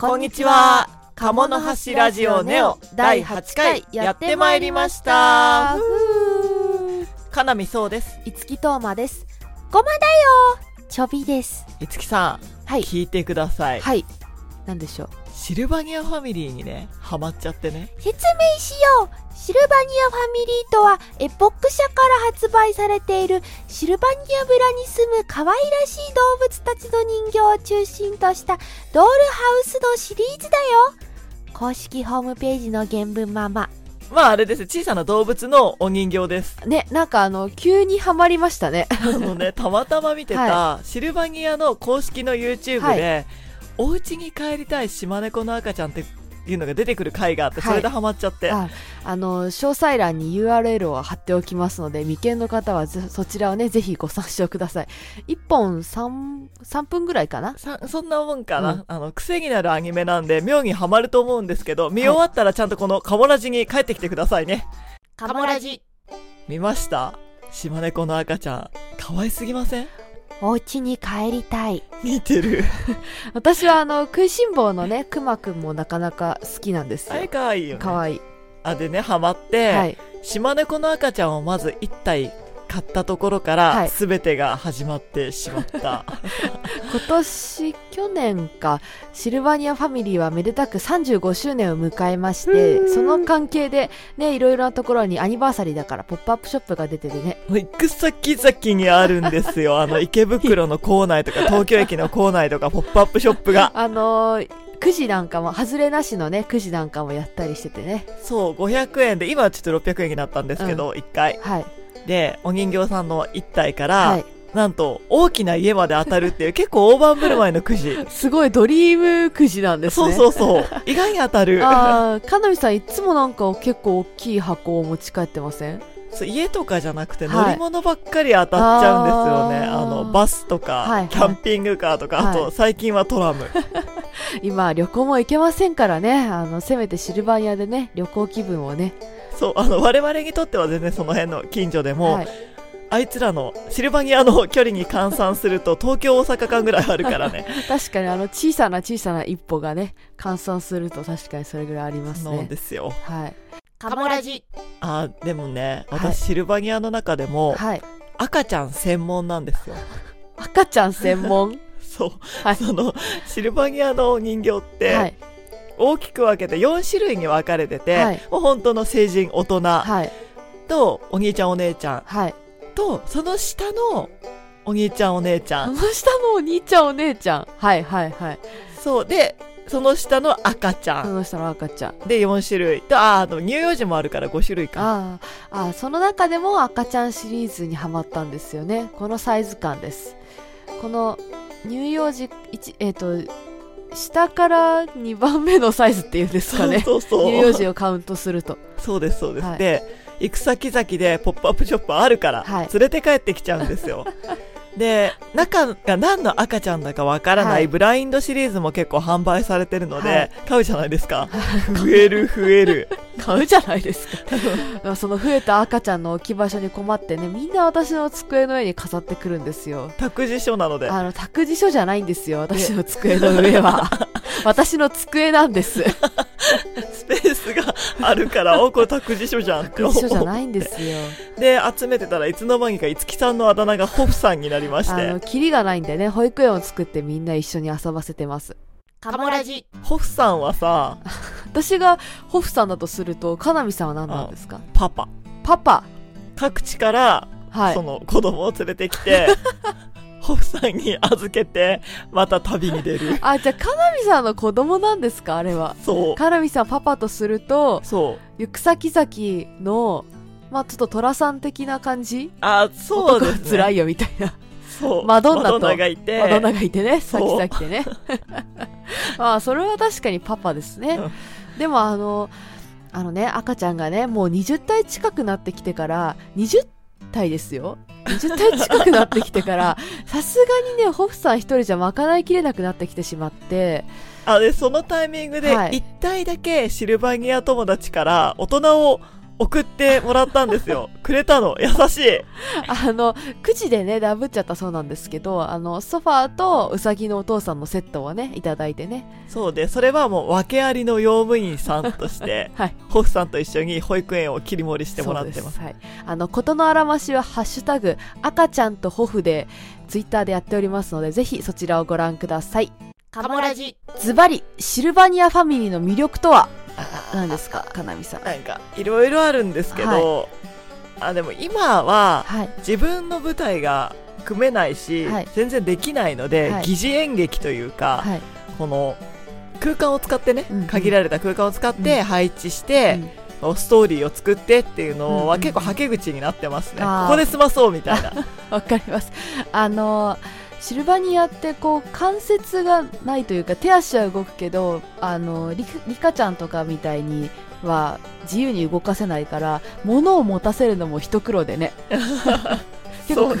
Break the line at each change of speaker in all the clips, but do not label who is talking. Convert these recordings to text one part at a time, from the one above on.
こんにちは鴨の橋ラジオネオ第8回やってまいりました
ふう
かなみそうです
いつきとうまですごまだよちょびです
いつきさん、
はい
聞いてください、
はいなんでしょう
シルバニアファミリーにねハマっちゃってね
説明しようシルバニアファミリーとはエポック社から発売されているシルバニア村に住む可愛らしい動物たちの人形を中心としたドールハウスのシリーズだよ公式ホームページの原文まま
まああれです小さな動物のお人形です
ねなんかあの急にはまりましたね
あのねたまたま見てた、シルバニアの公式の YouTube で、
は
お家に帰りたい島猫の赤ちゃんっていうのが出てくる回があって
はい
それでハマっちゃって、
ああの詳細欄に URL を貼っておきますので未見の方はぜそちらをねぜひご参照ください1本 3, 3分ぐらいかな
さそんなもんかな、
うん
あの癖になるアニメなんで妙にハマると思うんですけど見終わったらちゃんとこのカモラジに帰ってきてくださいね
カ
ジ見ました島猫の赤ちゃん可愛すぎません
お家に帰りたい
似て る
私はあの食いしん坊のねくまくんもなかなか好きなんです
あ
よ
れ可愛いよね
かわいい、
あでねハマって、
はい
島猫の赤ちゃんをまず1体買ったところから、
はい
全てが始まってしまった
今年去年かシルバニアファミリーはめでたく35周年を迎えましてその関係でねいろいろなところにアニバーサリーだからポップアップショップが出ててね
もう行く先々にあるんですよあの池袋の構内とか東京駅の構内とかポップアップショップが
あのー、くじなんかも、外れなしのね、くじなんかもやったりしててね。
そう500円で今はちょっと600円になったんですけど、一1回
はい。
でお人形さんの1体から、
はい。
なんと大きな家まで当たるっていう結構大盤振る舞いのくじ
すごいドリームくじなんです
そう
ね。
そううそう意外に当たる
ああ、かなみさんいつもなんか結構大きい箱を持ち帰ってません
そう家とかじゃなくて
はい
乗り物ばっかり当たっちゃうんですよね、
あー
あのバスとか、
はい
キャンピングカーとか、
はい
あと最近はトラム
今、旅行も行けませんからね。あの、せめてシルバニアでね、旅行気分をね。
そうあの我々にとっては全然その辺の近所でも、
はい、
あいつらのシルバニアの距離に換算すると東京大阪間ぐらいあるからね
確かにあの、小さな小さな一歩がね、換算すると確かにそれぐらいあります
なん
ね
で。すよ
はい。
カモラジあでもね私、
はい
シルバニアの中でも
はい。
赤ちゃん専門なんですよ
赤ちゃん専 門
そう、
はい
そのシルバニアの人形って、
はい。
大きく分けて4種類に分かれてて、
はい
もう本当の成人大人、
はい。
とお兄ちゃんお姉ちゃん
はい。
とその下のお兄ちゃんお姉ちゃ
あ
ん
の下のお兄ちゃんお姉ちゃん。はいはいはい。
そうでその下の赤ちゃ
そ
ん
の人の赤ちゃん。
で4種類とああと乳幼児もあるから5種類か
ああああ、その中でも赤ちゃんシリーズにハマったんですよね。このサイズ感です。この乳幼児、一えっ、と、下から2番目のサイズっていうんです
そ
か
う
ね。
そう
乳
そ
幼
う
児をカウントすると。
そうですそうです、
はい
で行く先々でポップアップショップあるから、
はい
連れて帰ってきちゃうんです よで中が何の赤ちゃんだかわからない、
はい
ブラインドシリーズも結構販売されてるので、
はい
買うじゃないで すか増える増える
買うじゃないですか。その増えた赤ちゃんの置き場所に困ってね、みんな私の机の上に飾ってくるんですよ。
託児所なので
あの、託児所じゃないんですよ。私の机の上は。私の机なんです。
スペースがあ るから、お、これ託児所じゃんって
託
思
児所じゃ
っ
ないんですよ。
て、集めてたらいつの間にか五木さんのあだ名がホフさんになりまし
あの、
て、
キリがないんでね、保育園を作ってみんな一緒に遊ばせてます。
カモラジ。ホフさんはさ、
私がホフさんだとすると、かなみさんは何なんですか
パパ。
パパ。
各地から、
はい
そ。の子供を連れて きて、ホフさんに預けて、また旅に出る。
あ、じゃあ、かなみさんの子供なんですかあれは。
そ
かなみさんパパとすると
う。、そう。
行く先々の、まあちょっと寅さん的な感じ
あ、そうです、ね。
辛いよみたいな。
そう。
マドンナと
マドンナがいて、
マドンナがいてね、先
そう
々 でね。まあ、それは確かにパパですね。でも、あの、あのね、赤ちゃんがね、もう20体近くなってきてから、20体ですよ。20体近くなってきて から、さすがにね、ホフさん一人じゃまかないきれなくなってきてしまって、
あでそのタイミングで
はい
一体だけシルバニア友達から大人を送ってもらったんで すよ。くれたの。優しい。
あの、くじでね、ダブっちゃったそうなんですけど、あの、ソファーとうさぎのお父さんのセットをね、いただいてね。
そうで、それはもう訳ありの用務員さんとして、
はい。
ホフさんと一緒に保育園を切り盛りしてもらってます。
そうではい。あの、ことのあらましは、ハッシュタグ、赤ちゃんとホフで、ツイッターでやっておりますので、ぜひそちらをご覧ください。
カモラジ
ズバリ、シルバニアファミリーの魅力とは、何ですか、かなみさん。
なんか、いろいろあるんですけど、あ、でも今は、
はい。
自分の舞台が組めないし、
はい
全然できないので、
はい
疑似演劇というか、
はい。
この空間を使ってね、
うんうん
限られた空間を使っ
う
て配置して、ストーリーを作ってっていうの
う
は
んうん
結構はけ口になってますね、
あー
ここで済まそうみたいな
わかります。あのシルバニアってこう関節がないというか手足は動くけどあのリリカちゃんとかみたいには自由に動かせないから物を持たせるのも一苦労で ね結構工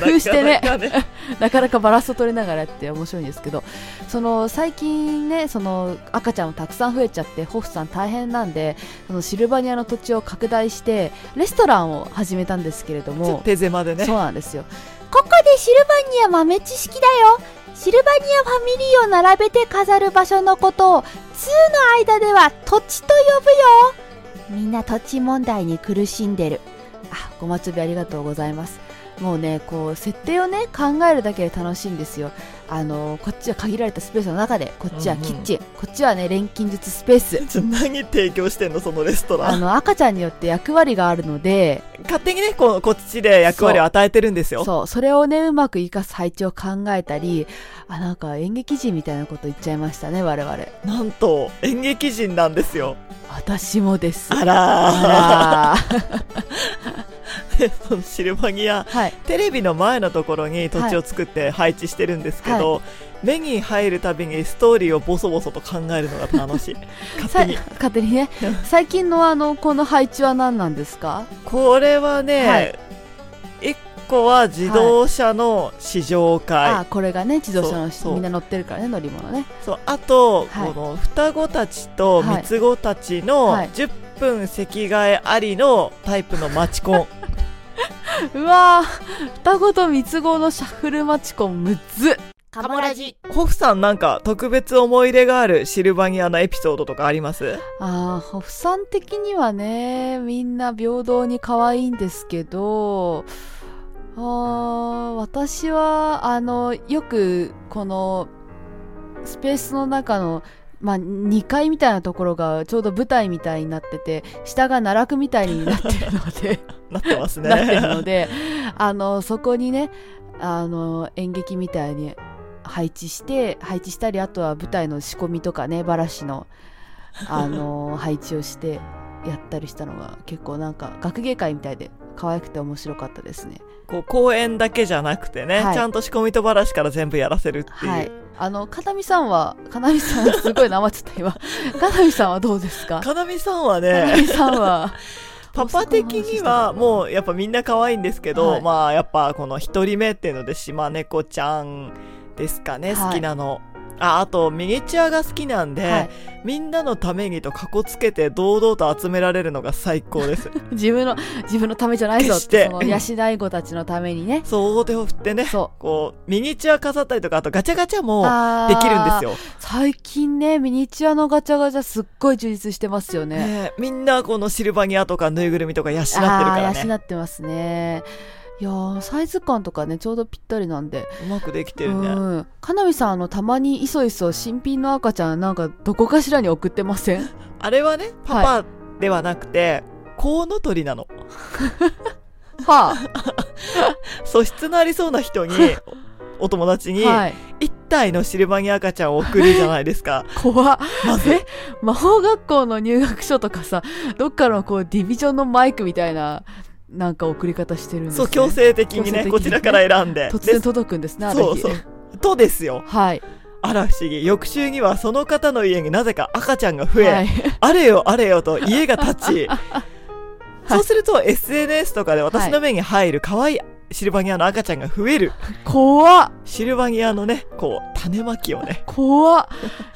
夫してね
そうなかなかね
なかなかバランスを取れながらやって面白いんですけどその最近ねその赤ちゃんもたくさん増えちゃってホフさん大変なんでそのシルバニアの土地を拡大してレストランを始めたんですけれど
ちょっと
も
手狭でね
そうなんですよ
ここでシルバニア豆知識だよシルバニアファミリーを並べて飾る場所のことを2の間では土地と呼ぶよみんな土地問題に苦しんでる
あごまつびありがとうございますもうねこう設定をね考えるだけで楽しいんですよあのこっちは限られたスペースの中でこっちはキッチン、こっちはね錬金術スペース
ちょ何提供してんのそのレストラ
あ
ン
の赤ちゃんによって役割があるので
勝手にねこうこっちで役割を与えてるんですよ
そうそれをねうまく生かす配置を考えたりあなんか演劇人みたいなこと言っちゃいましたね我々
なんと演劇人なんですよ
私もです
あら
あらー
ーでその シルバニア
はい
テレビの前のところに土地を作って配置してるんですけど、目に入るたびにストーリーをボソボソと考えるのが楽しい勝手に
さ勝手にね最近のあのこの配置は何なんですか
これはね、一1個は自動車の試乗会、
あこれがね自動車の
そうそう
みんな乗ってるからね乗り物ね
そうあと、
はい
この双子たちと三つ子たちの
はい
10分席替えありのタイプのマチコン、
うわー双子と三つ子のシャッフルマチコン6つ
カモラジ
ホフさんなんか特別思い入れがあるシルバニアのエピソードとかあります
あーホフさん的にはねみんな平等に可愛いんですけどあー私はあのよくこのスペースの中のまあ、2階みたいなところがちょうど舞台みたいになってて下が奈落みたいになってるので
なってますね
なってるので、あの、そこにね、あの、演劇みたいに配置して、配置したり、あとは舞台の仕込みとかね、バラシの、あ の、配置をしてやったりしたのが結構なんか学芸会みたいで可愛くて面白かったですね。
こう公演だけじゃなくてね、
はい
ちゃんと仕込みとばらしから全部やらせるっていう、
はい。あの、かなみさんは、かなみさん、すごいなまっちゃった今。かなみさんはどうですかか
かなみさんは
な
ね
みさんは、
パパ的にはもうやっぱみんな可愛いんですけど、
はい
まあやっぱこの一人目っていうので島猫ちゃんですかね
はい
好きなの、ああとミニチュアが好きなんで、
はい、
みんなのためにとかこつけて堂々と集められるのが最高です
自分の、自分のためじゃないぞっ
決して
て、その、養い子たちのためにね。
そう大手を振ってね
そう。
こうミニチュア飾ったりとかあとガチャガチャも
あ
で
ー
きるんですよ、
最近ねミニチュアのガチャガチャすっごい充実してますよね
ねみんなこのシルバニアとかぬいぐるみとか養っ
あ
てるから
あー
ね
養ってますねいやーサイズ感とかねちょうどぴったりなんで、
うまくできて
う
るね、
んかなみさんあのたまにいそいそ新品の赤ちゃんなんかどこかしらに送ってません
あれはね、パパではなくて、コウノトリなの。
は
素質のありそうな人に、おお友達
あ
に、
はい
一体のシルバニア赤ちゃんを送るじゃないですか。
怖っ
ま ず
え魔法学校の入学書とかさどっかのこうディビジョンのマイクみたいななんか送り方してるんです、ね、
そう、強制的にね、
強制的にね
こちらから選んで。
突然
で
届くんですねある日
そうそう。とですよ。
はい
あら不思議。翌週にはその方の家になぜか赤ちゃんが増え、
はい
あれよあれよ と家が立ち、そうすると SNS とかで私の目に入る可愛いシルバニアの赤ちゃんが増える。
怖っ
シルバニアのね、こう、種まきをね、
怖っ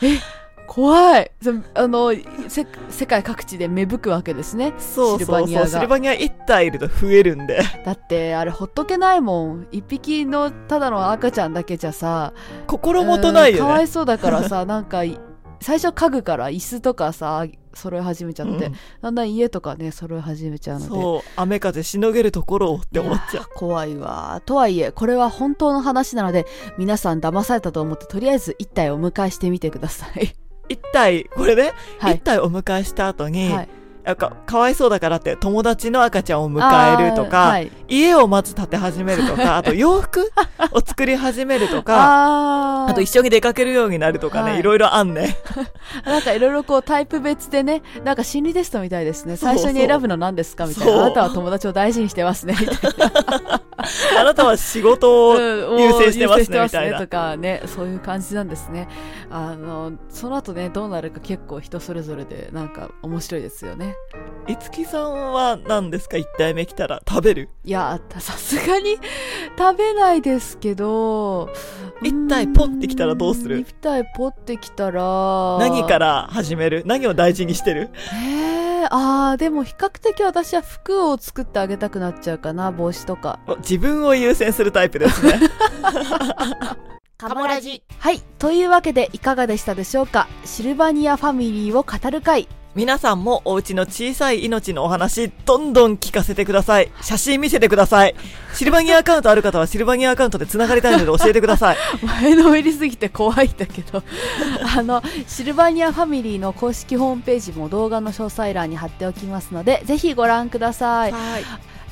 え怖いそあのせ世界各地で芽吹くわけですね
そう
シルバ
そう
ニア
そう
が
シルバニア1体いると増えるんで
だってあれほっとけないもん一匹のただの赤ちゃんだけじゃさ
心もとない
うん
よ
かわ
ね
いそうだからさ なんかい最初家具から椅子とかさ揃え始めちゃって、
うん
だんだん家とかね揃え始めちゃうので
そう雨風しのげるところをって思っちゃう
怖いわ。とはいえ、これは本当の話なので、皆さん騙されたと思って、とりあえず一体お迎えしてみてください。
1体これね、一
はい。
体お迎えした後に、
はい
なんかかわいそうだからって友達の赤ちゃんを迎えると
あー
か、
はい、
家をまず建て始めるとかあと洋服を作り始めるとか
あ
あ
ー
と一緒に出かけるようになるとかね、
はい
い、ろいろあ んね
なんかいろいろこうタイプ別でね、なんか心理テストみたいですね。
そう
最
そう
初に選ぶの何ですかみたい
そ
な。
う
あなたは友達を大事にして ますね。みたいな
あなたは仕事を、
うん
優先してますね
優先
みたいな
とかね、そういう感じなんですね。あの、その後ね、どうなるか結構人それぞれで、なんか面白いですよね。
いつきさんは何ですか1体目来たら食べる
いや、たさすがに食べないですけど、
一体ポッてきたらどうする
ん一体ポってきたら、
何からら始める何を大事にしてる
えー、あー、でも比較的私は服を作ってあげたくなっちゃうかな、帽子とか。
お自分を優先するタイプで すね
カモラジ
はい、というわけでいかがでしたでしょうかシルバニアファミリーを語る会。
皆さんもお家の小さい命のお話どんどん聞かせてください写真見せてくださいシルバニアアカウントある方はシルバニアアカウントでつながりたいので教えてください
前のめりすぎて怖いんだけど あのシルバニアファミリーの公式ホームページも動画の詳細欄に貼っておきますのでぜひご覧ください
はい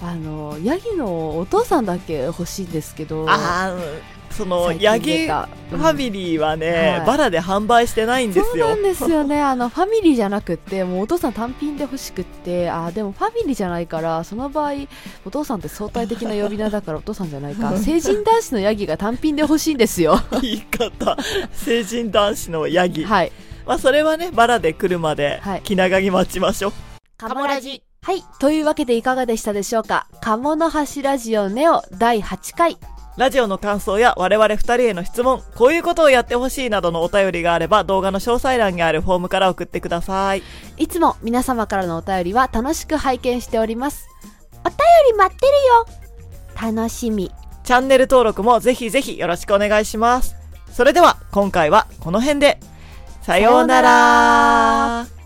あのヤギのお父さんだけ欲しいんですけど
あーその
最近
ヤギ
出
フ
た
ァミリーはね、
はい
バラで販売してないんですよ
そうなんですよねあのファミリーじゃなくってもうお父さん単品で欲しくってあーでもファミリーじゃないからその場合お父さんって相対的な呼び名だからお父さんじゃないか成人男子のヤギが単品で欲しいんですよ
言い方成人男子のヤギ、
はい
まあ、それはねバラで来るまで
はい
気長に待ちましょう、
カモラジ
はい。というわけでいかがでしたでしょうか鴨の橋ラジオネオ第8回。
ラジオの感想や我々二人への質問こういうことをやってほしいなどのお便りがあれば動画の詳細欄にあるフォームから送ってください
いつも皆様からのお便りは楽しく拝見しております。
より待ってるよ楽しみ
チャンネル登録もぜひぜひよろしくお願いしますそれでは今回はこの辺でさような
さような
ら